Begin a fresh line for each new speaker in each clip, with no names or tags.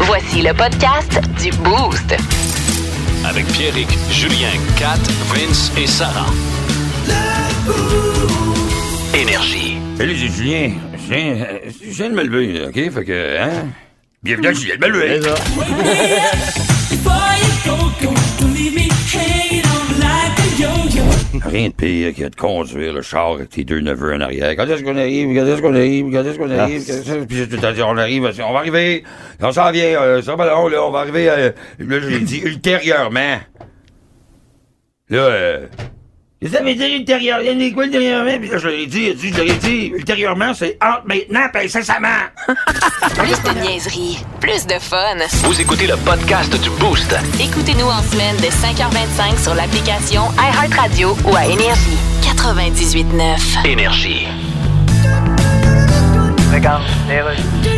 Voici le podcast du Boost.
Avec Pierrick, Julien, Kat, Vince et Sarah. Énergie.
Salut, c'est Ben Julien. Je viens, euh, je viens de me lever, là, OK? Fait que, hein? Bienvenue à Julien de me lever. Rien de pire que de conduire le char avec tes deux neveux en arrière. Quand est-ce qu'on arrive? Quand est-ce qu'on arrive? Quand est-ce qu'on arrive? Quand est-ce que- Puis j'ai tout à dire, on arrive, on va arriver, on s'en vient, euh, ça va là, on va arriver, euh, là, j'ai dit ultérieurement. Là, euh, vous avez dit ultérieurement, il y a quoi ultérieurement? Puis là, je l'ai dit, je l'ai dit, ultérieurement, c'est entre maintenant et incessamment.
Plus de niaiserie, plus de fun.
Vous écoutez le podcast du Boost.
Écoutez-nous en semaine de 5h25 sur l'application iHeartRadio ou à Énergie. 98.9.
Énergie.
Regarde, les rues.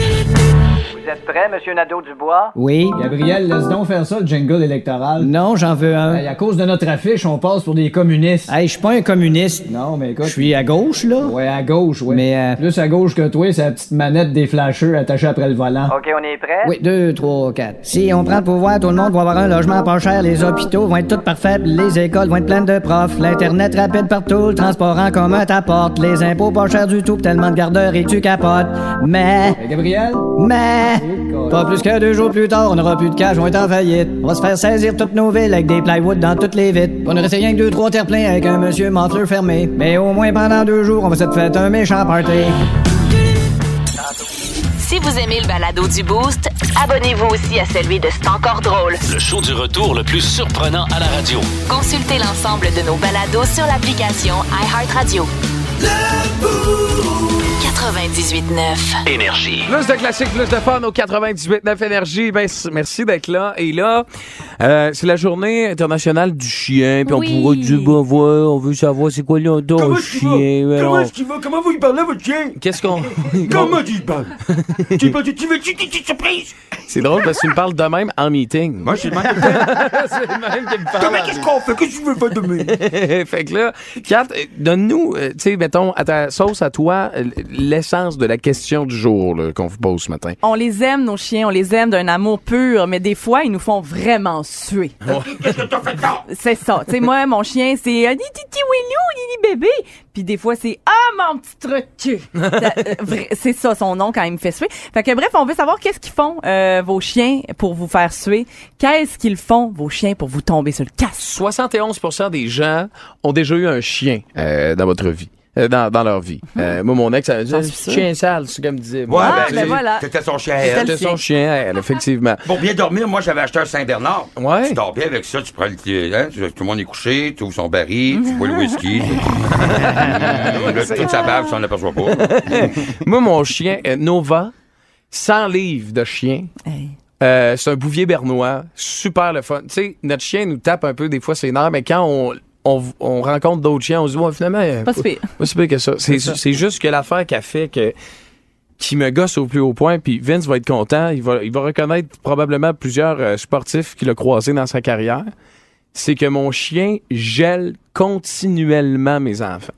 Vous êtes prêt, Eh, Monsieur Nadeau-Dubois?
Oui.
Gabriel, laisse donc faire ça, le jingle électoral.
Non, j'en veux un.
Hey, à cause de notre affiche, on passe pour des communistes.
Hey, je suis pas un communiste.
Non, mais écoute.
Je suis à gauche, là.
Ouais, à gauche, ouais.
Mais, euh,
Plus à gauche que toi, c'est la petite manette des flasheurs attachée après le volant.
OK, on est prêt?
Oui, deux, trois, quatre. Si on prend le pouvoir, tout le monde va avoir un logement pas cher, les hôpitaux vont être toutes parfaits, les écoles vont être pleines de profs, l'internet rapide partout, le transport en commun t'apporte, les impôts pas chers du tout, pis tellement de gardeurs et tu capotes. Mais,
Hey, Gabriel?
mais, pas plus que deux jours plus tard, on aura plus de cash, on va être en faillite. On va se faire saisir toutes nos villes avec des plywood dans toutes les vitres. On ne restait rien que deux, trois terre-pleins avec un monsieur manteleux fermé. Mais au moins pendant deux jours, on va se faire un méchant party.
Si vous aimez le balado du Boost, abonnez-vous aussi à celui de C'est encore drôle.
Le show du retour le plus surprenant à la radio.
Consultez l'ensemble de nos balados sur l'application iHeartRadio. 98.9.
Énergie.
Plus de classiques, plus de fun au 98.9 Énergie. Ben, c- merci d'être là. Et là, euh, c'est la journée internationale du chien. Puis on pourrait dire, ben, voilà, on veut savoir c'est quoi le don au chien. Ben, on-
qu'il va? Comment vous lui parlez, votre chien?
Qu'est-ce qu'on...
il parle? Tu veux tu veux tu petite surprise?
C'est drôle parce que tu me parles de même en meeting.
Moi, je suis le même.
c'est le même qui me parle.
Comment qu'est-ce qu'on fait? Qu'est-ce que tu veux faire demain?
fait que là, Kat, euh, donne-nous, euh, tu sais, mettons, à ta sauce, à toi, euh, l'essence de la question du jour là, qu'on vous pose ce matin.
On les aime, nos chiens, on les aime d'un amour pur, mais des fois, ils nous font vraiment suer. C'est ça. Tu sais, moi, mon chien, c'est euh, ni titi wilou, ni ni bébé. Puis des fois, c'est Ah, mon petit truc de cul. Ça, euh, vrai- c'est ça, son nom, quand il me fait suer. Fait que bref, on veut savoir qu'est-ce qu'ils font, euh, vos chiens, pour vous faire suer. Qu'est-ce qu'ils font, vos chiens, pour vous tomber sur le casse?
71 des gens ont déjà eu un chien euh, dans votre vie. Euh, dans, dans leur vie. Euh, moi, mon ex, elle me disait,
suis
C'est un chien sale, c'est comme disait.
Ouais,
Ah,
ben,
ben
c'est-
voilà.
C'était son chien. à
C'était
elle.
C'était son chien, à elle, effectivement.
Pour bien dormir, moi, j'avais acheté un Saint-Bernard.
Ouais.
Tu dors bien avec ça, tu prends le... hein, tu- tout le monde est couché, tu ouvres son baril, tu bois le whisky. Là, toute sa bave, tu n'en aperçois pas.
moi, mon chien, euh, Nova, 100 livres de chien.
Hey.
Euh, c'est un bouvier bernois, super le fun. Tu sais, notre chien nous tape un peu des fois ses nerfs, mais quand on, on, on rencontre d'autres chiens, on se dit, ouais, finalement, euh,
Pas si pire.
pas si pire que ça. C'est c'est juste que l'affaire qu'elle fait que qui me gosse au plus haut point, puis Vince va être content. Il va, il va reconnaître probablement plusieurs euh, sportifs qu'il a croisés dans sa carrière. C'est que mon chien gèle continuellement mes enfants.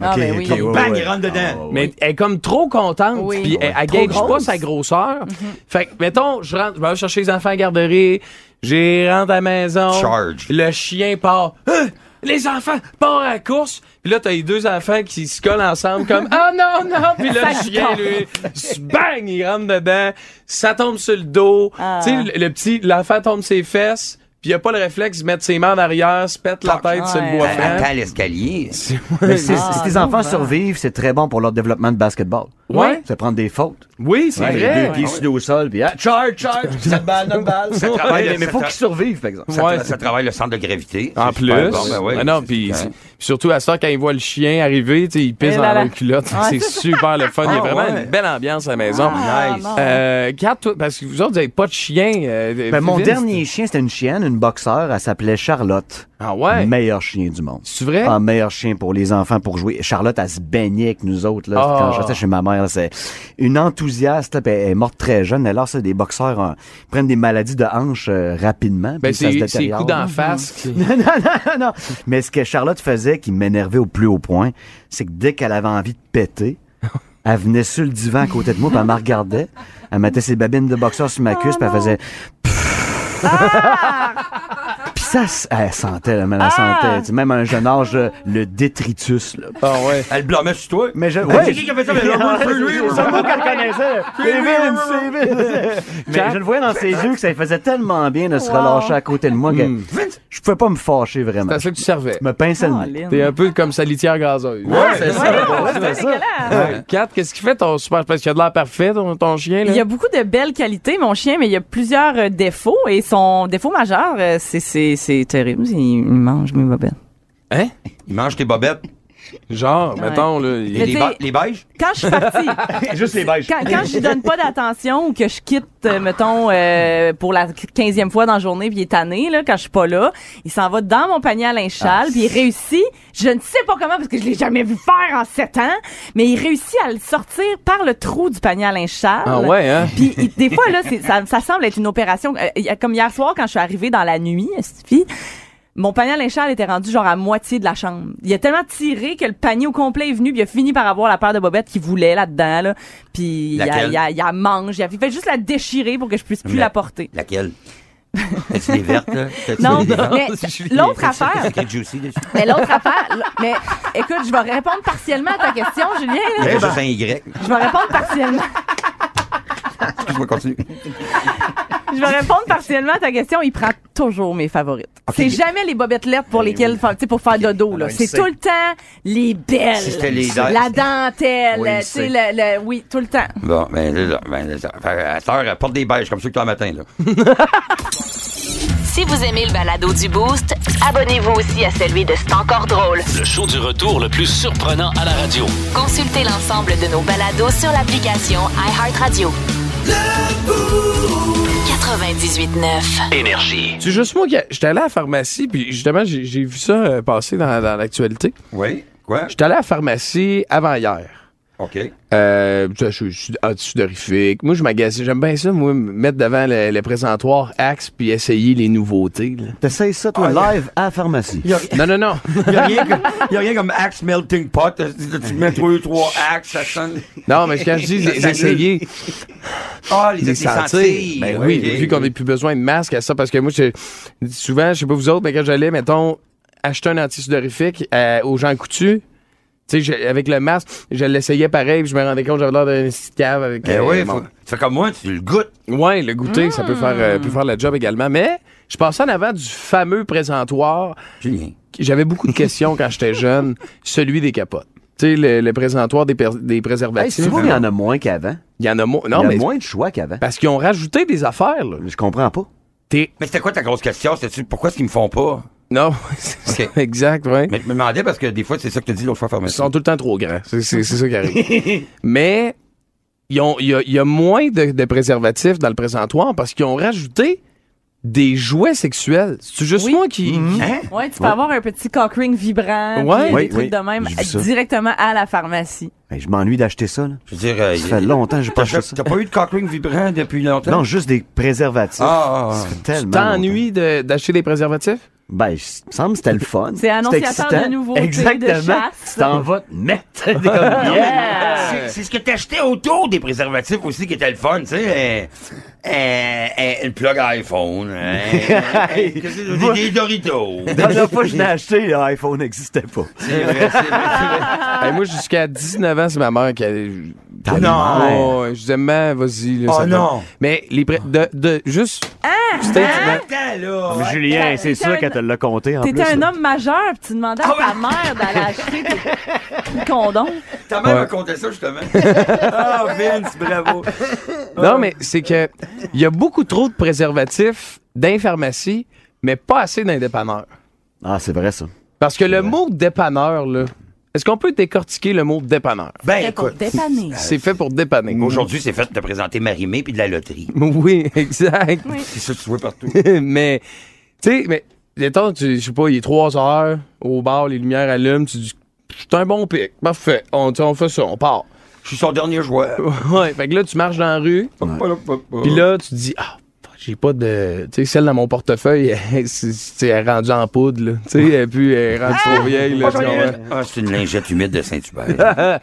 ah, ben oui.
Bang, il rentre dedans.
Mais elle est comme trop contente,
Oui.
puis elle, elle
Trop
gage pas
grosse.
sa grosseur. Fait que, mettons, je rentre, je vais aller chercher les enfants à la garderie, j'ai rentre à la maison.
Charge.
Le chien part. Ah! Les enfants part à la course. Puis là, t'as les deux enfants qui se collent ensemble comme Ah non, non! Puis là, le chien, lui, s- bang, il rentre dedans. Ça tombe sur le dos.
Ah.
Tu sais, le, le petit, l'enfant tombe ses fesses. Puis il a pas le réflexe de mettre ses mains en arrière, se pète la tête sur le
Ouais.
bois
Ben, Attends
franc.
attends l'escalier.
Mais c'est-
Ah,
si tes
non,
enfants
ben.
survivent, c'est très bon pour leur développement de basketball.
Ouais.
Ça prend des fautes.
Oui, c'est
Ouais,
vrai.
Les deux pieds sur le dos au sol, puis ah, charge, charge, 7 balles, 9 balles.
Ça travaille,
Ouais, mais il faut
ça-
qu'ils survivent, par exemple.
Ça,
Ouais,
tra- ça travaille le centre de gravité.
En
C'est
plus.
super bon, ben ouais.
Ah non, puis
Ouais.
puis surtout à ça, quand il voit le chien arriver, tu sais, il pisse
Et
dans
Eh là, là.
la culotte. c'est super le fun. Il y a
Ah,
vraiment
ouais.
une belle ambiance à la maison.
Ah, non.
Euh, Kat, toi, parce que vous autres, vous n'avez pas de chien. euh,
Ben, mon
Vince.
dernier chien, c'était une chienne, une boxeur, elle s'appelait Charlotte.
Ah ouais?
Meilleur chien du monde.
C'est vrai?
Ah, meilleur chien pour les enfants pour jouer. Charlotte, elle se baignait avec nous autres. Là,
Ah.
Quand j'étais chez ma mère, là, c'est une enthousiaste. là, puis elle est morte très jeune. Alors, c'est des boxeurs hein, prennent des maladies de hanche euh, rapidement.
Ben,
puis ça se
c'est c'est
détériore.
coup d'en face. qui-
non, non, non, non. Mais ce que Charlotte faisait qui m'énervait au plus haut point, c'est que dès qu'elle avait envie de péter, Elle venait sur le divan à côté de moi, puis elle me regardait. Elle mettait ses babines de boxeur sur ma cuisse, puis elle faisait... Pfff. Puis ça, s- elle sentait, là, mais elle sentait. Tu sais, même à un jeune âge, là, le détritus. Là.
Ah ouais.
Elle blâmait sur toi.
Mais je...
Ouais, c'est qui qui a fait ça? Mais là, moi, c'est lui,
C'est le mot qu'elle connaissait. C'est Vince, c'est Vince. Mais je le voyais dans ses yeux que ça lui faisait tellement bien de se relâcher à côté de moi que Hmm. je pouvais pas me fâcher vraiment.
C'est à ça que tu servais.
Je me pinçais le nez.
T'es un peu comme sa litière gazeuse.
Ouais, c'est ça.
C'est dégueulasse.
Ouais. Kat, qu'est-ce qui fait ton super. Parce qu'il a de l'air parfait, ton, ton chien, là.
Il y a beaucoup de belles qualités, mon chien, mais il y a plusieurs euh, défauts. Et son défaut majeur, euh, c'est- c'est c'est terrible. Il il mange mes bobettes.
Hein?
Il mange tes bobettes.
Genre, mettons, là. il-
Mais
Les,
t'sais-
ba- les beiges?
Quand je suis partie,
Juste les beiges.
quand, quand je lui donne pas d'attention ou que je quitte, euh, mettons, euh, pour la 15e fois dans la journée, puis il est tanné, là, quand je suis pas là, il s'en va dans mon panier à linge
Ah.
sale, puis il réussit, je ne sais pas comment, parce que je l'ai jamais vu faire en 7 ans, mais il réussit à le sortir par le trou du panier à linge sale.
Ah ouais, hein?
Puis il- des fois, là, c'est- ça, ça semble être une opération. Euh, il y a- comme hier soir, quand je suis arrivée dans la nuit, cette fille, mon panier à linge sale était rendu genre à moitié de la chambre. Il a tellement tiré que le panier au complet est venu, puis il a fini par avoir la paire de bobettes qu'il voulait là-dedans. Là. Puis il a,
Laquelle?
il, a, il a mange, il a il fait juste la déchirer pour que je puisse plus
Mais-
la porter.
Laquelle? T'as-tu des vertes, là? T'as-tu
Non,
des-
mais l'autre affaire,
T'as-tu des juicy dessus?
mais l'autre affaire, l- mais écoute, je vais répondre partiellement à ta question, Julien. là.
J'ai juste un Y.
Je vais répondre partiellement.
Excuse-moi, continue.
Je vais répondre partiellement à ta question. Il prend toujours mes favorites. C'est jamais les bobettes lettres pour lesquelles, fa- tu sais, pour faire dodo, là.
il
C'est
sait.
tout le temps les belles.
Si c'était les dents-
La dentelle,
Oui, il
tu
sait.
sais, le, le- oui, tout le temps.
Bon, ben, là, ben, là, fait, à cette heure, porte des beiges comme ceux que t'as le matin, là.
Si vous aimez le balado du Boost, abonnez-vous aussi à celui de C'est encore drôle.
Le show du retour le plus surprenant à la radio.
Consultez l'ensemble de nos balados sur l'application iHeartRadio. 98.9.
Énergie.
C'est juste moi qui. a- J'étais allé à la pharmacie, puis justement, j'ai j'ai vu ça euh, passer dans, dans l'actualité.
Oui? Quoi?
J'étais allé à la pharmacie avant hier.
OK.
Euh, tu sais, je, je suis antidorifique. Moi, je magasine. J'aime bien ça, moi, me mettre devant le, le présentoir Axe puis essayer les nouveautés. là.
T'essayes ça, toi, live à la pharmacie.
Non, non, non.
Il a, rien comme, y a rien comme Axe Melting Pot. Tu tu mets deux, trois axes, ça sonne.
Non, mais quand je dis les
Ça
essayer,
Ah, les,
les
les
sentir.
sentir.
Ben oui,
Ok.
vu qu'on n'a plus besoin de masque à ça, parce que moi, je- souvent, je sais pas vous autres, mais quand j'allais, mettons, acheter un antisudorifique euh, aux gens coutus, tu sais, je- avec le masque, je l'essayais pareil, puis je me rendais compte que j'avais l'air d'un petit cave avec.
Ben
euh,
oui,
bon.
faut, tu fais comme moi, tu le goûtes.
Ouais, le goûter, ça peut faire,
Hmm.
euh, peut faire la job également. Mais je passais en avant du fameux présentoir.
Julien.
J'avais beaucoup de questions quand j'étais jeune, celui des capotes. Tu sais, le, le présentoir des, per- des
Hey,
préservatifs.
c'est beau, il y en a moins qu'avant.
il y en a moins.
Il y
Non,
a
mais
moins de choix qu'avant.
parce qu'ils ont rajouté des affaires. Là.
Je comprends pas.
T'es-
Mais c'était quoi ta grosse question? C'était-tu pourquoi est-ce qu'ils me font pas?
Non, c'est
Ok.
exact, ouais.
Mais je me demandais parce que des fois, c'est ça que tu dis l'autre fois,
Ils
pharmacie.
sont tout le temps trop grands. C'est c'est- c'est ça qui arrive. Mais ils ont- il y, a- il y a moins de, de préservatifs dans le présentoir parce qu'ils ont rajouté des jouets sexuels. C'est juste
Oui.
moi qui.
Hmm.
qui-
Ouais, tu peux avoir un petit cock ring vibrant,
Ouais.
puis des
Oui,
trucs
oui.
de même
J'ai vu ça.
directement à la pharmacie.
Hey, je m'ennuie d'acheter ça. Là.
Je veux dire, euh,
Ça fait longtemps que j'ai pas
t'as
acheté
t'as
ça.
pas eu de cockring vibrant depuis longtemps?
Non, juste des préservatifs.
Ah, ah, ah.
Ça fait tellement longtemps.
T'ennuies de- d'acheter des préservatifs?
Ben, il me semble que c'était le fun.
C'est annonciateur
C'était excitant.
de nouveautés, de
Exactement.
chasse. Ah,
Tu t'en vas te mettre. T'es comme, yeah!
Ah C'est- C'est ce que t'achetais autour des préservatifs aussi qui était le fun, tu sais. Euh, euh, euh, une plug iPhone. euh, euh, qu'est-ce que c'est, des, des Doritos.
La dernière fois que je l'ai acheté, l'iPhone n'existait pas.
C'est vrai, c'est vrai, c'est vrai.
Hey, moi, jusqu'à 19 ans, c'est ma mère qui a.
Ah non!
Oh, je disais, maman, vas-y. là,
Oh
ça va.
non.
Mais les pré- de, de- juste.
Hein?
C'était-
Attends,
Ah,
là!
Mais Julien, c'est
t'étais
sûr
un-
qu'elle te l'a compté en plus.
T'étais un
là.
homme majeur, puis tu demandais à ta mère d'aller acheter des des condoms.
Ta mère
Ouais.
m'a conté ça, justement. Ah, Vince, bravo.
Non, mais c'est que il y a beaucoup trop de préservatifs d'inpharmacie, mais pas assez d'indépanneurs.
Ah, c'est vrai ça.
Parce que le mot dépanneur, là, est-ce qu'on peut décortiquer le mot dépanneur?
Ben,
C'était pour
écoute,
dépanner.
C'est fait pour dépanner.
aujourd'hui, c'est fait de présenter Marimé puis de la loterie.
Oui, exact.
C'est ça que tu vois partout.
mais, tu sais, mais, mettons, tu- je sais pas, il est 3 heures, au bar, les lumières allument, tu dis, c'est un bon pic, parfait, on, tu sais, on fait ça, on part.
Je suis son dernier joueur.
Ouais, fait que là, tu marches dans la rue,
Puis
puis là, tu dis, ah, fuck, j'ai pas de. Tu sais, celle dans mon portefeuille, elle, c'est- c'est- elle est rendue en poudre, là. Tu sais, et puis elle est rendue trop vieille, là. tu comprends?
Ah, c'est une lingette humide de Saint-Hubert.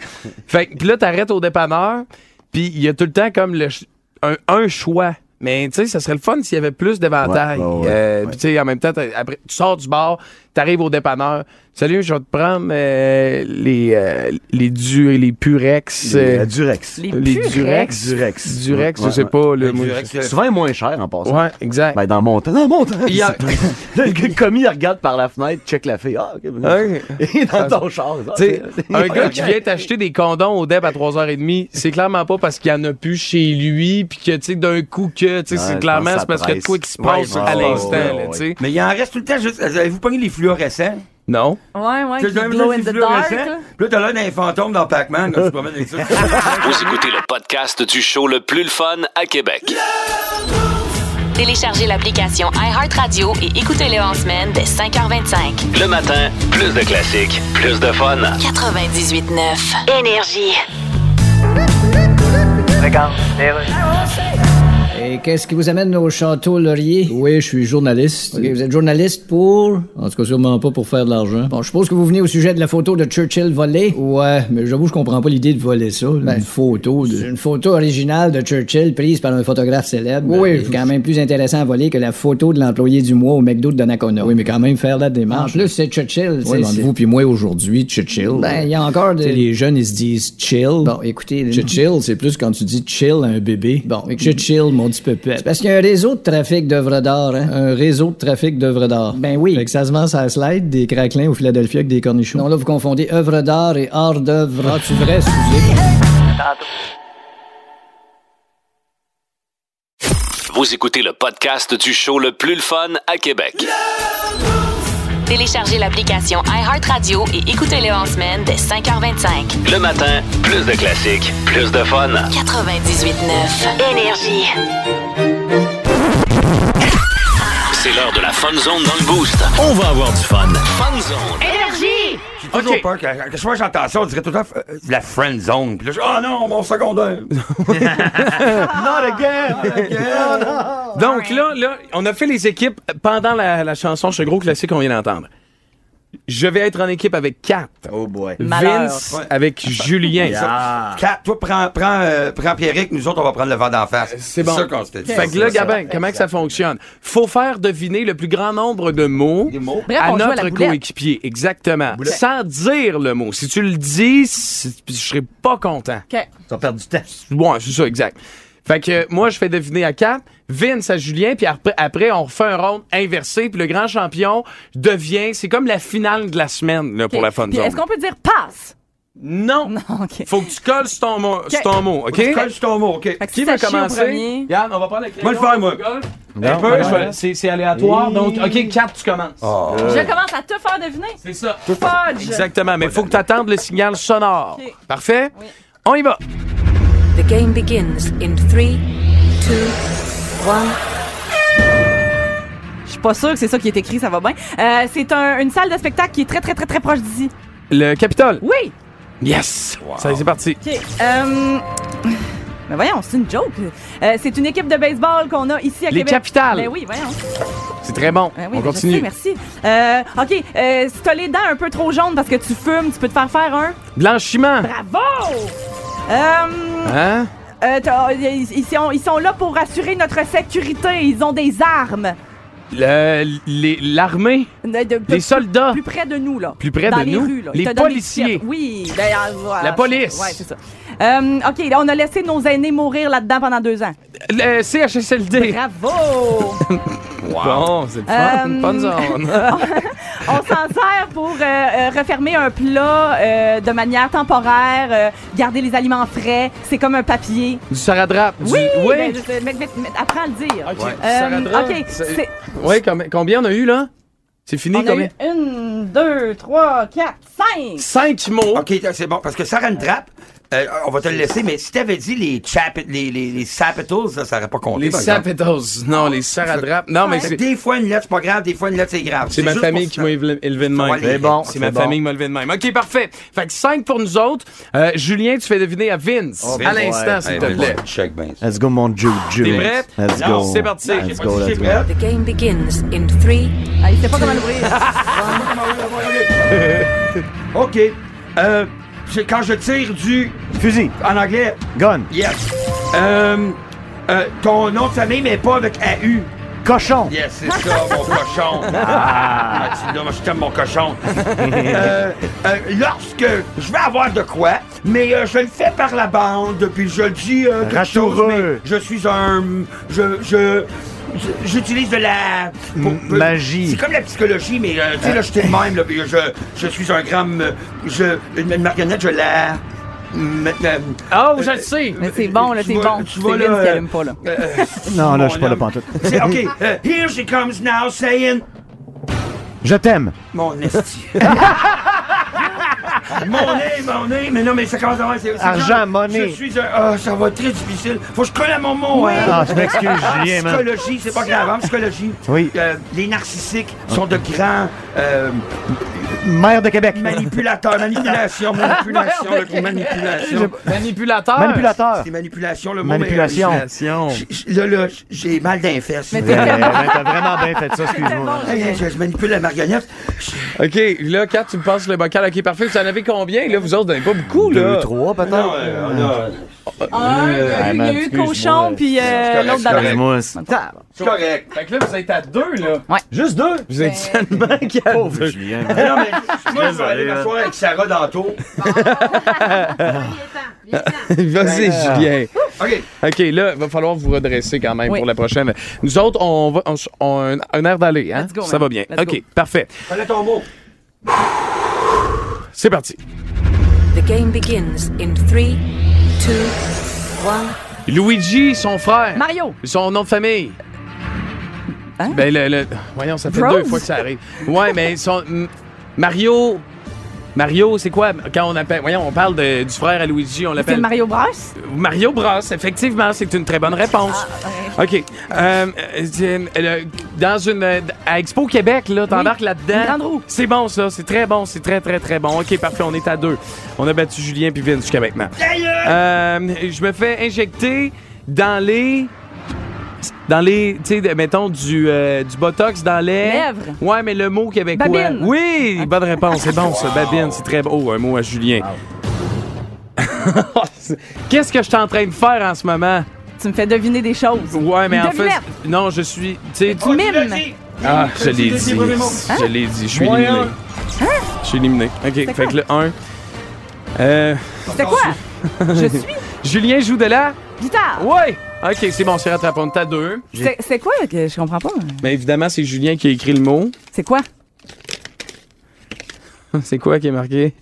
Fait que pis là, t'arrêtes au dépanneur, puis il y a tout le temps comme le ch- un, un choix. Mais tu sais, ça serait le fun s'il y avait plus d'éventails.
Ouais, ouais, ouais,
Euh,
ouais.
Puis tu sais, en même temps, t'as- après, tu sors du bar, t'arrives au dépanneur. Salut, je vais te prendre euh, les, euh, les du les purex. euh,
Euh, Durex.
Les
les
purex.
durex.
Durex.
Durex,
Ouais,
je sais
ouais.
pas. Le, moi,
Durex, le-
Souvent, il est moins cher en passant.
Ouais, exact.
Ben, dans mon temps. Dans mon temps.
Il y a-
le commis, il regarde par la fenêtre, check la fille. Ah, ok.
Ouais.
Et dans ton char. ça.
Tu sais, un gars qui vient t'acheter des condoms au DEP à 3h30, c'est clairement pas parce qu'il y en a plus chez lui, puis que, tu sais, d'un coup que,
Ouais, je
tu sais, c'est
pense
clairement,
que ça
c'est parce
presse.
que toi qui se
Ouais,
passe
ouais,
à
ouais,
l'instant,
ouais,
là,
ouais.
tu sais.
Mais il en reste tout le temps juste. Avez-vous pogné les fluorescents?
Non.
Ouais, ouais,
Tu sais,
qui
je donne
glow
là,
in
du
the dark.
fluorescent,
là.
Puis là, t'as l'air d'un fantôme dans Pac-Man quand tu te promènes avec ça.
Vous écoutez le podcast du show le plus le fun à Québec.
Téléchargez l'application iHeartRadio et écoutez-le en semaine dès 5h25.
Le matin, plus de classiques, plus de fun.
98.9. Énergie.
Regarde, les rues.
Et qu'est-ce qui vous amène au château Laurier?
Oui, je suis journaliste.
Ok, vous êtes journaliste pour...
En tout cas, sûrement pas pour faire de l'argent.
Bon, je suppose que vous venez au sujet de la photo de Churchill volée.
Ouais, mais j'avoue, je comprends pas l'idée de voler ça. là,
Ben,
une photo
C'est
de.
une photo originale de Churchill prise par un photographe célèbre.
Oui,
C'est
je-
quand même plus intéressant à voler que la photo de l'employé du mois au McDo de Donnacona.
Oui, mais quand même faire la
En
démarche.
plus, c'est Churchill.
Ouais, mais
c'est-
entre
c'est-
vous puis moi aujourd'hui, Churchill.
Ben, il y a encore
Tu sais,
des...
les jeunes, ils se disent chill.
Bon, écoutez... les-
Chill, c'est plus quand tu dis chill à un bébé.
Bon, écoute-
chill, mon petit pépette.
C'est parce qu'il y a un réseau de trafic d'œuvres d'art, hein?
Un réseau de trafic d'œuvres d'art.
Ben oui.
Fait que ça se vend ça slide, des craquelins au Philadelphia avec des cornichons.
Non, là, vous confondez œuvre d'art et art d'œuvre. Ah, tu vrai,
Vous écoutez le podcast du show le plus le fun à Québec.
Téléchargez l'application iHeartRadio et écoutez-le en semaine dès 5h25.
Le matin, plus de classiques, plus de fun.
98.9. Énergie.
C'est l'heure de la fun zone dans le boost. On va avoir du fun. Fun zone.
J'ai toujours peur que, que chaque fois que j'entends ça, on dirait tout le temps euh, la friend zone. Puis là, je oh non, mon secondaire.
Donc là, là, on a fait les équipes pendant la, la chanson chez Gros Classique qu'on vient d'entendre. Je vais être en équipe avec Kat.
Oh boy.
Malheur.
Vince avec Julien.
Ah.
Kat, toi, prends, prends, euh, prends Pierrick, nous autres, on va prendre le vent d'en face.
Euh, C'est bon.
ça qu'on se fait dire.
Fait que là, Gabin, comment que ça fonctionne? Faut faire deviner le plus grand nombre de mots,
Des mots.
Bref,
à
on joue à la
notre
boulette.
coéquipier. Exactement. Sans dire le mot. Si tu le dis, c'est- je serais pas content.
OK.
Tu vas perdre du temps.
Ouais, c'est ça, exact. Fait que euh, moi, je fais deviner à 4, Vince à Julien, puis après, après, on refait un round inversé, puis le grand champion devient... C'est comme la finale de la semaine là, pour
OK.
la fun
Puis
zone.
Est-ce qu'on peut dire passe?
Non!
Non, OK.
Faut que tu colles sur ton mot, sur ton mot OK?
Tu colles sur ton mot, OK.
Fait que
Qui
si
va
ça chie au
commencer?
premier-
Yann, on va prendre le crayon.
Moi, le faire, moi.
on colle.
Un peu, je vais-
C'est c'est aléatoire, donc... OK, 4, tu commences.
Je commence à te faire deviner.
C'est ça.
Fudge.
Exactement, mais faut que tu attendes le signal sonore.
OK.
Parfait?
Oui.
On y va.
The game begins in 3, 2, 1.
Je suis pas sûre que c'est ça qui est écrit, ça va bien. Euh, c'est un- une salle de spectacle qui est très, très, très, très proche d'ici.
Le Capitole.
Oui.
Yes! Ça, c'est parti.
OK. Euh, Mais voyons, c'est une joke. Euh, c'est une équipe de baseball qu'on a ici à
Les
Québec.
capitales.
Ben oui, voyons.
C'est très bon.
Ben
on
oui, ben je
continue.
sais, merci. Euh, OK. Euh, si t'as les dents un peu trop jaunes parce que tu fumes, tu peux te faire faire un.
Blanchiment.
Bravo! Euh,
Hein?
euh, t'as- ils, ils sont, ils sont là pour assurer notre sécurité. Ils ont des armes.
Le- les- L'armée.
De- de-
Les
plus-
soldats.
Plus près de nous, là.
Ah. Plus près
Dans
de
les
nous.
rues, là.
Les
Ils te donnent des
policiers.
tickets. Oui. ben, euh, voilà.
La police.
Ouais, c'est ça. Euh, OK, là, on a laissé nos aînés mourir là-dedans pendant deux ans.
Le CHSLD.
Bravo!
Bon, c'est le fun.
Euh,
Bonne zone.
on s'en sert pour euh, euh, refermer un plat euh, de manière temporaire, euh, garder les aliments frais. C'est comme un papier.
du saradrap. Du...
Oui!
oui.
ben, je- mais- mais- mais apprends à le dire.
OK. du
Euh,
Saradrap.
OK,
Ça-
c'est-
Ouais, com- combien on a eu, là? C'est fini,
On a
combien?
eu une, deux, trois, quatre, cinq.
Cinq mots.
Ah, OK, c'est bon, parce que ça rend une trappe. euh, on va te le laisser, mais si t'avais dit les, chapi- les, les, les Sapitals, ça n'aurait pas compté.
Les
par exemple.
Sapitals. Non, les Saradrap. Non, mais
Fait que
c'est.
Des fois, une lettre, c'est pas grave, des fois, une lettre, c'est grave.
C'est ma
juste
famille
pour
qui m'a élevé élevé de même.
Ouais, C'est bon,
C'est
c'est
ma
bon.
famille qui m'a élevé de même. OK, parfait. Fait que 5 pour nous autres. Euh, Julien, tu fais deviner à Vince.
Oh,
à
Vince,
l'instant,
ouais.
s'il
Hey,
te plaît.
Vince, check bien ça.
Let's go, mon Juju.
T'es prêt?
Let's
Alors,
go.
c'est parti.
Let's go, let's go.
The game begins in three.
Ah, il sait pas comment l'ouvrir.
OK. Euh, c'est quand je tire du...
Fusil,
En anglais,
gun,
yes. Euh, euh, ton nom de famille, mais pas avec AU.
cochon,
Yes, c'est ça, mon cochon. Ah, tu- non, moi, je t'aime, mon cochon. Euh, euh, lorsque je vais avoir de quoi, mais euh, je le fais par la bande, puis je le dis euh, quelque chose,
Ratoureux.
mais je suis un... Je... je je- J'utilise de la... pour- euh,
M- magie.
C'est comme la psychologie, mais euh, tu sais, là, je suis le même. Là, puis je, je suis un grand... me- Je, une marionnette, je la... me- euh,
Oh, je le sais.
Mais c'est bon, là,
Tu
c'est
vois-
bon.
tu
C'est
vois,
Vince
là,
qui allume pas, là.
euh,
Non, là, je suis
mon
pas là
homme.
pantoute.
C'est- OK. euh, here she comes now saying...
je t'aime.
Mon esti. mon nez, mon nez, mais non, mais ça commence à avoir. c'est- c'est
Argent,
genre,
monnaie.
Je suis un. Ah, ça va être très difficile. Faut que je colle à mon mot, hein.
Ah, je m'excuse, Julien, man.
Psychologie, c'est pas grave, hein, psychologie.
Oui.
Euh, les narcissiques sont de grands euh,
Maire de Québec.
manipulateurs. Manipulation, manipulation, le- manipulation.
Manipulateur.
Manipulateur.
C'est manipulation, le mot. mais, euh,
Manipulation.
j- j- Là, là, j- j'ai mal d'un fesses.
Mais
Eh, ben, T'as vraiment bien fait ça, excuse-moi.
Hey, Eh, Je, je manipule la marionnette.
OK, là, quand tu me passes le bocal, OK, parfait. Vous en avez combien, là? Vous autres, vous en avez pas beaucoup, là.
Deux, trois, peut-être?
Non, euh, on a-
Un, il y a eu- il y a eu
excuse-moi.
cochon, puis euh,
C'est correct,
l'autre
c'est correct.
d'avant.
Excuse-moi, c'est-
C'est correct.
Fait que là, vous êtes à deux, là.
Ouais.
Juste deux. Vous êtes seulement qu'à
Pauvre
deux.
Julien,
Mais
man.
non, mais moi, je vais aller m'asseoir avec Sarah Danto.
Vas-y, Julien.
OK.
Euh, OK, là, il va falloir vous redresser quand même
Oui.
pour la prochaine. Nous autres, on va on, s- on- un air d'aller, hein?
Let's go,
Ça
man.
va bien.
Let's
OK,
go.
parfait.
Fallait ton mot.
C'est parti.
The game begins in three, two, one.
Luigi, son frère.
Mario.
Son nom de famille.
Hein?
Ben, le, le- Voyons, ça fait
Bros?
deux fois que ça arrive. Ouais, mais son. m- Mario. Mario, c'est quoi? Quand on appelle. Voyons, on parle de- du frère à Luigi, on
C'est
l'appelle.
Mario Bros.
Mario Bros, effectivement, c'est une très bonne réponse.
Ah,
OK. Euh, euh, c'est- euh, dans une. euh, à Expo Québec, là, t'embarques
une grande
là-dedans.
roue.
C'est bon, ça. C'est très bon. C'est très, très, très bon. OK, parfait. On est à deux. On a battu Julien puis Vince jusqu'à maintenant. Euh, je me fais injecter dans les. Dans les, tu sais, de- mettons, du, euh, du botox dans les.
Lèvres.
Ouais, mais le mot québécois.
Babine.
Oui, bonne réponse. C'est bon, ça. Babine, c'est très beau. Un mot à Julien. Qu'est-ce que je suis en train de faire en ce moment?
Tu me fais deviner des choses.
Ouais, mais
Une
en fait,
devinette.
non, je suis. Tu sais, Hein?
Tu mimes.
Ah, je l'ai
Tu dis
dit.
tes premiers mots.
Je l'ai dit. Je suis
Voyons.
éliminé.
Hein?
Je suis éliminé. OK, fait que le 1. Euh,
C'est quoi? Je suis
Julien joue de là?
guitare.
Ouais! OK, c'est bon, c'est rattrapé. On est à deux.
C'est- C'est quoi que je comprends pas?
Mais évidemment, c'est Julien qui a écrit le mot.
C'est quoi?
C'est quoi qui est marqué?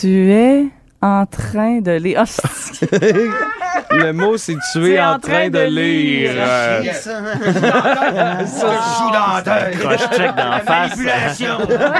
Tu es en train de les. Ah, c'est-
Le mot, c'est tu es en train de lire. Euh,
Ça joue dans la tête.
Croche-check dans la face.
Manipulation.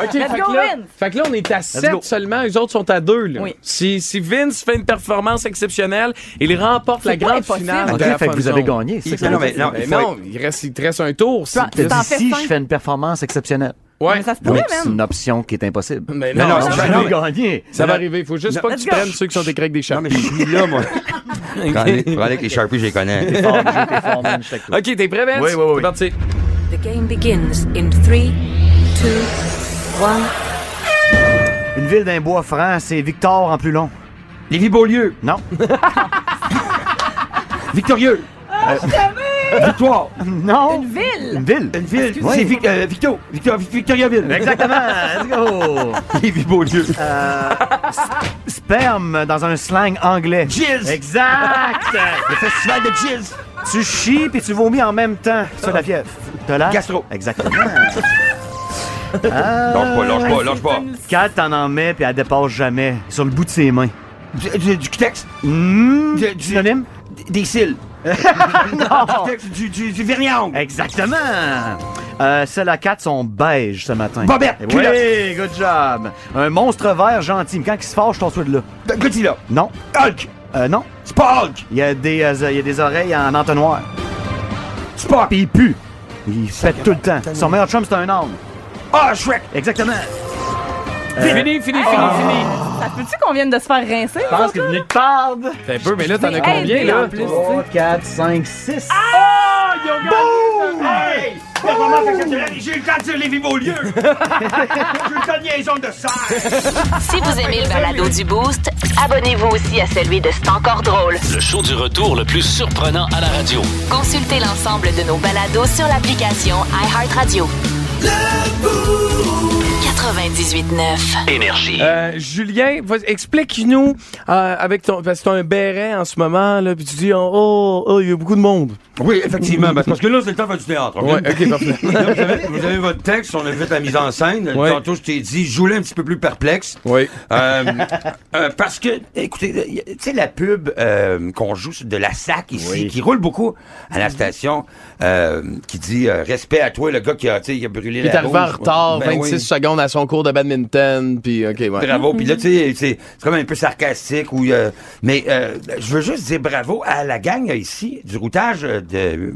OK, fait,
Let's go,
que là,
Vince!
fait que là, on est à 7
go.
seulement. Les autres sont à 2. Là.
Oui.
Si, si Vince fait une performance exceptionnelle, il remporte la
pas
grande
impossible.
finale.
OK,
de la
fait que
Fun
vous avez
Zone.
gagné. c'est ça que
Non,
ça
non,
veut
mais
dire.
non,
Ben
il faut
non, il, reste, il te reste un tour. si-
Ah,
T'as
T'en
dit
fais
si
cinq.
je fais une performance exceptionnelle.
Ouais.
Mais ça se
Donc,
pourrait,
c'est
même.
une option qui est impossible.
Mais
Mais
non,
non,
ça,
je-
va-
non,
J'avais
mais-
gagné.
ça va arriver. Il faut juste pas que
Let's
tu
go.
prennes ceux qui sont écrits avec des
Non,
chapeaux.
mais je suis là, moi. Prenez prenez avec les Sharpies, je les connais.
OK, t'es prêt, Vince?
Oui, oui, oui.
C'est parti.
The game begins in three, two, one.
Une ville d'un bois franc, c'est Victor en plus long.
Lévi Beaulieu.
Non.
Victorieux. Euh, Victoire.
Non.
Une ville!
Une ville.
Une ville.
Oui.
C'est Vic- euh, Victo. Victor, Victoriaville.
Exactement. Let's go.
Lévi Beaulieu.
Euh,
Sperme dans un slang anglais.
Jizz.
Exact.
Le festival de Jizz.
Euh,
tu chies puis tu vomis en même temps. Ça, la fièvre. T'as l'air?
Gastro.
Exactement.
euh,
Lâche pas, lâche pas, lâche pas.
Kat t'en en mets puis elle dépasse jamais. Sur le bout de ses mains.
Du, du, du cutex.
Mmh.
Mm.
Du- du-
Synonyme?
Eh.
Des cils. Du cutex, Du, du, du vernis à ongles.
Exactement. Euh, celles à 4 sont beige ce matin.
Bobette,
Eh
Et
culotte.
Oui, good job. Un monstre vert gentil. Mais quand il se fâche, ton souhait de là.
Godzilla.
Non.
Hulk.
Euh, non.
C'est pas Hulk.
Il y, a des, euh, il y a des oreilles en entonnoir.
Spock.
Puis il pue. Il pète tout le temps. Son meilleur chum, c'est un homme.
Ah, Shrek.
Exactement.
Fini, fini, fini, fini.
Ça se peut-tu qu'on vienne de se faire rincer?
Je pense que vous venez de perdre.
T'as un peu, mais là, t'en as
Hey,
combien,
puis
là?
en plus,
3, 4, 5, 6.
Hey! Performance exceptionnelle, j'ai eu le temps de dire les vivants au lieu! j'ai eu le temps de liaison de serre!
Si vous aimez le balado du Boost, abonnez-vous aussi à celui de C'est encore drôle.
Le show du retour le plus surprenant à la radio.
Consultez l'ensemble de nos balados sur l'application iHeartRadio. 98.9.
Énergie.
Euh, Julien, vas- explique-nous euh, avec ton. Parce que t'as un béret en ce moment, là, puis tu dis oh, oh, oh, il y a beaucoup de monde.
Oui, effectivement, parce parce que là, c'est le temps de faire du théâtre. ok?
ok, parfait.
Là, vous, avez, vous avez votre texte, on a fait la mise en scène.
Ouais.
Tantôt, je t'ai dit, je voulais un petit peu plus perplexe.
Oui.
Euh, euh, parce que, écoutez, euh, tu sais, la pub euh, qu'on joue sur de la SAC ici, qui roule beaucoup à la station, euh, qui dit euh, respect à toi, le gars qui a, tu sais, il a brûlé
Il est
la
arrivé en
rouge.
retard,
Ben
26
oui.
secondes à son cours de badminton, puis ok, ouais.
Bravo. Puis là, tu sais, c'est c'est comme un peu sarcastique. Ou, euh, mais euh, je veux juste dire bravo à la gang euh, ici du routage euh, de.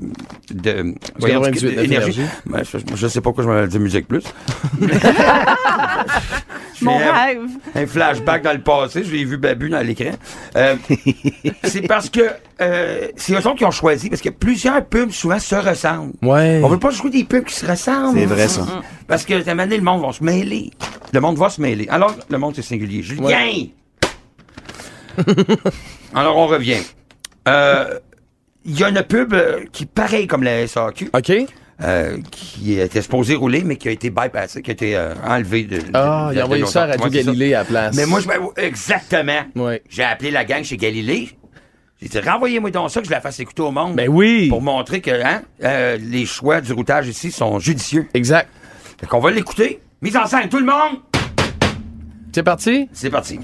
de voyons,
98,
de-
la
énergie.
Énergie.
Ouais, je, je sais pas pourquoi je me dis musique plus. Je
Mon
fais, euh,
rêve.
Un flashback dans le passé, je l'ai vu Babu dans l'écran. Euh, c'est parce que euh, c'est eux autres qui ont choisi, parce que plusieurs pubs souvent se ressemblent.
Ouais.
On veut pas jouer des pubs qui se ressemblent.
C'est vrai, ça.
Parce que, à un moment donné, le monde va se mêler. Le monde va se mêler. Alors, le monde, c'est singulier. Julien! Alors, on revient. Euh, Il y a une pub euh, qui, pareil comme la SAQ,
Ok.
euh, qui était supposée rouler, mais qui a été bypassée, qui a été euh, enlevée de.
Ah,
de-
il
de-
a envoyé
de-
ça à Radio
Ouais, c'est ça.
Galilée à la place.
Mais moi, je m'avoue- Exactement.
Ouais.
J'ai appelé la gang chez Galilée. J'ai dit, renvoyez-moi donc ça que je la fasse écouter au monde.
Ben oui.
Pour montrer que hein, euh, les choix du routage ici sont judicieux.
Exact.
Fait qu'on va l'écouter. Mise en scène, tout le monde!
C'est parti?
C'est parti.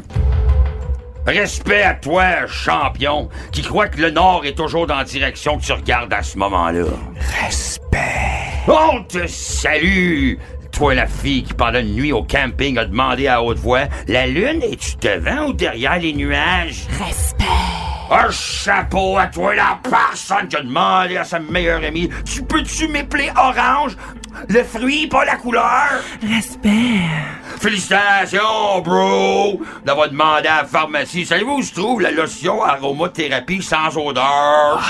Respect à toi, champion, qui croit que le Nord est toujours dans la direction que tu regardes à ce moment-là. Respect. On te salue! Toi, la fille qui, pendant une nuit au camping, a demandé à haute voix La lune, es-tu devant ou derrière les nuages? Un chapeau à toi, la personne qui a demandé à sa meilleure amie Tu peux-tu m'épeler orange? Le fruit, pas la couleur! Félicitations, bro! D'avoir demandé à la pharmacie, savez-vous où se trouve la lotion aromathérapie sans odeur?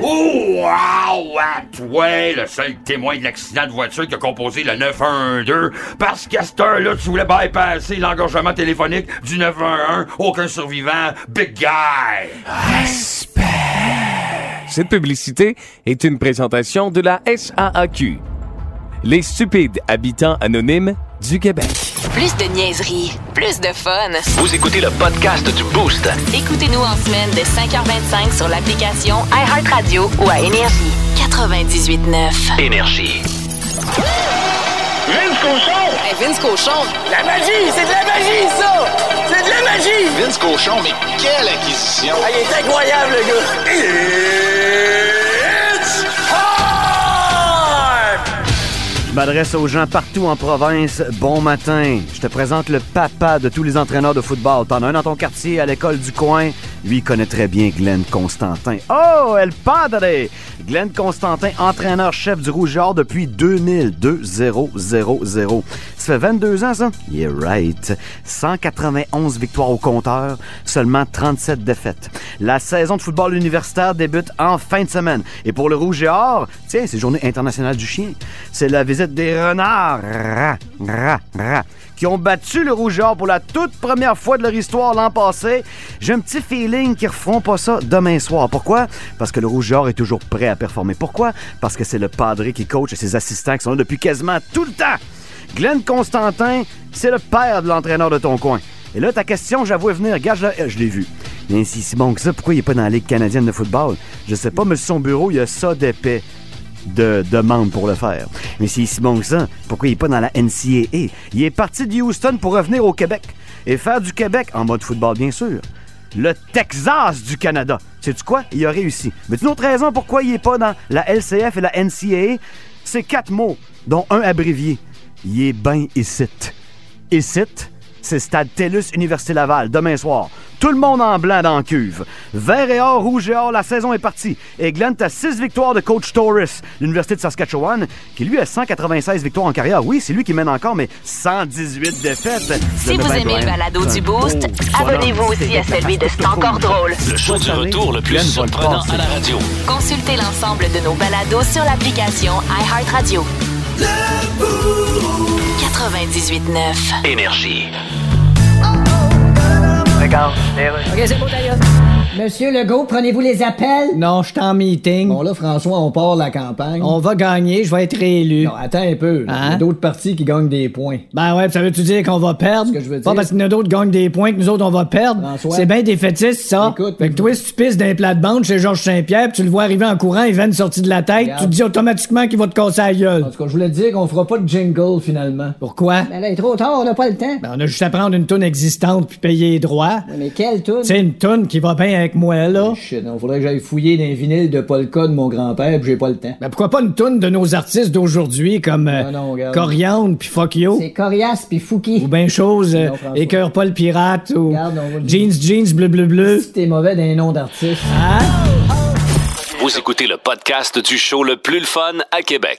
Oh, wow! À toi, le seul témoin de l'accident de voiture qui a composé le 911. Parce qu'à cette heure-là, tu voulais bypasser l'engorgement téléphonique du 911. Aucun survivant. Big guy!
Cette publicité est une présentation de la SAAQ, les stupides habitants anonymes du Québec.
Plus de niaiserie, plus de fun.
Vous écoutez le podcast du Boost.
Écoutez-nous en semaine de 5h25 sur l'application iHeartRadio ou à Énergie. 98.9.
Énergie.
Vince Cochon.
Vince Cochon, mais quelle acquisition!
Je m'adresse aux gens partout en province. Bon matin. Je te présente le papa de tous les entraîneurs de football. T'en as un dans ton quartier, à l'école du coin. Lui il connaît très bien Glenn Constantin. Oh, El Padre! Glenn Constantin, entraîneur-chef du Rouge et Or depuis 2000. 2-0-0-0. Ça fait 22 ans, ça? Yeah, right. 191 victoires au compteur, seulement 37 défaites. La saison de football universitaire débute en fin de semaine. Et pour le Rouge et Or, tiens, c'est Journée internationale du chien. C'est la visite des renards Ra, ra, ra, qui ont battu le Rouge et Or pour la toute première fois de leur histoire l'an passé. J'ai un petit feeling qu'ils referont pas ça demain soir. Pourquoi? Parce que le Rouge et Or est toujours prêt à performer. Pourquoi? Parce que c'est le padré qui coach et ses assistants qui sont là depuis quasiment tout le temps. Glenn Constantin, c'est le père de l'entraîneur de ton coin. Et là, ta question, j'avoue venir. Regarde, je l'ai- euh, je l'ai vu. Mais si c'est bon que ça, pourquoi il n'est pas dans la Ligue canadienne de football? Je sais pas, mais sur son bureau, il y a ça d'épais de demande pour le faire. Mais c'est si bon que ça, pourquoi il n'est pas dans la NCAA? Il est parti de Houston pour revenir au Québec et faire du Québec, en mode football bien sûr, le Texas du Canada. Sais-tu quoi? Il a réussi. Mais tu une autre raison pourquoi il n'est pas dans la LCF et la NCAA? C'est quatre mots, dont un abrévié. Il est ben ici. Ici, c'est Stade TELUS Université Laval, demain soir. Tout le monde en blanc dans la cuve. Vert et or, rouge et or, la saison est partie. Et Glenn a 6 victoires de coach Torres, l'Université de Saskatchewan, qui lui a 196 victoires en carrière. Oui, c'est lui qui mène encore, mais 118 défaites.
Si vous aimez le balado du Boost, abonnez-vous aussi à celui de C'est encore drôle.
Le show du retour le plus surprenant à la radio.
Consultez l'ensemble de nos balados sur l'application iHeartRadio. 98.9
Énergie.
Regarde, les rues.
OK, c'est bon, d'ailleurs. Monsieur Legault, prenez-vous les appels? Non, je suis en meeting.
Bon, là, François, on part la campagne.
On va gagner, je vais être réélu.
Non, attends un peu. là. Il y
Hein?
a d'autres partis qui gagnent des points.
Ben ouais, pis ça veut-tu dire qu'on va perdre?
que je veux
Pas
dire,
parce qu'il y en a d'autres qui gagnent des points que nous autres on va perdre.
François.
C'est bien défaitiste, ça.
Écoute,
fait que toi, si tu pisses d'un plat de bande chez Georges Saint-Pierre, pis tu le vois arriver en courant, il vient une sortie de la tête,
Regarde.
tu te dis automatiquement qu'il va te casser la gueule.
En tout cas, je voulais te dire qu'on fera pas de jingle, finalement.
Pourquoi? Ben,
Ben là, il est trop tard, on n'a pas le temps.
on a juste à prendre une toune existante puis payer les droits.
Mais quelle toune?
C'est une toune qui va bien avec moi, là.
Shit, on faudrait que j'aille fouiller dans les vinyles de Polka de mon grand-père, puis j'ai pas le temps.
Ben pourquoi pas une toune de nos artistes d'aujourd'hui comme
Non,
euh,
non, regarde.
Coriandre puis Fuck You?
C'est Corias puis Fouki.
Ou bien chose, euh,
Non, François.
Écœure pas le pirate ou
Regarde, on va le-
Jeans Jeans bleu bleu bleu. Ah!
Si t'es mauvais d'un nom d'artiste.
Vous écoutez le podcast du show le plus le fun à Québec.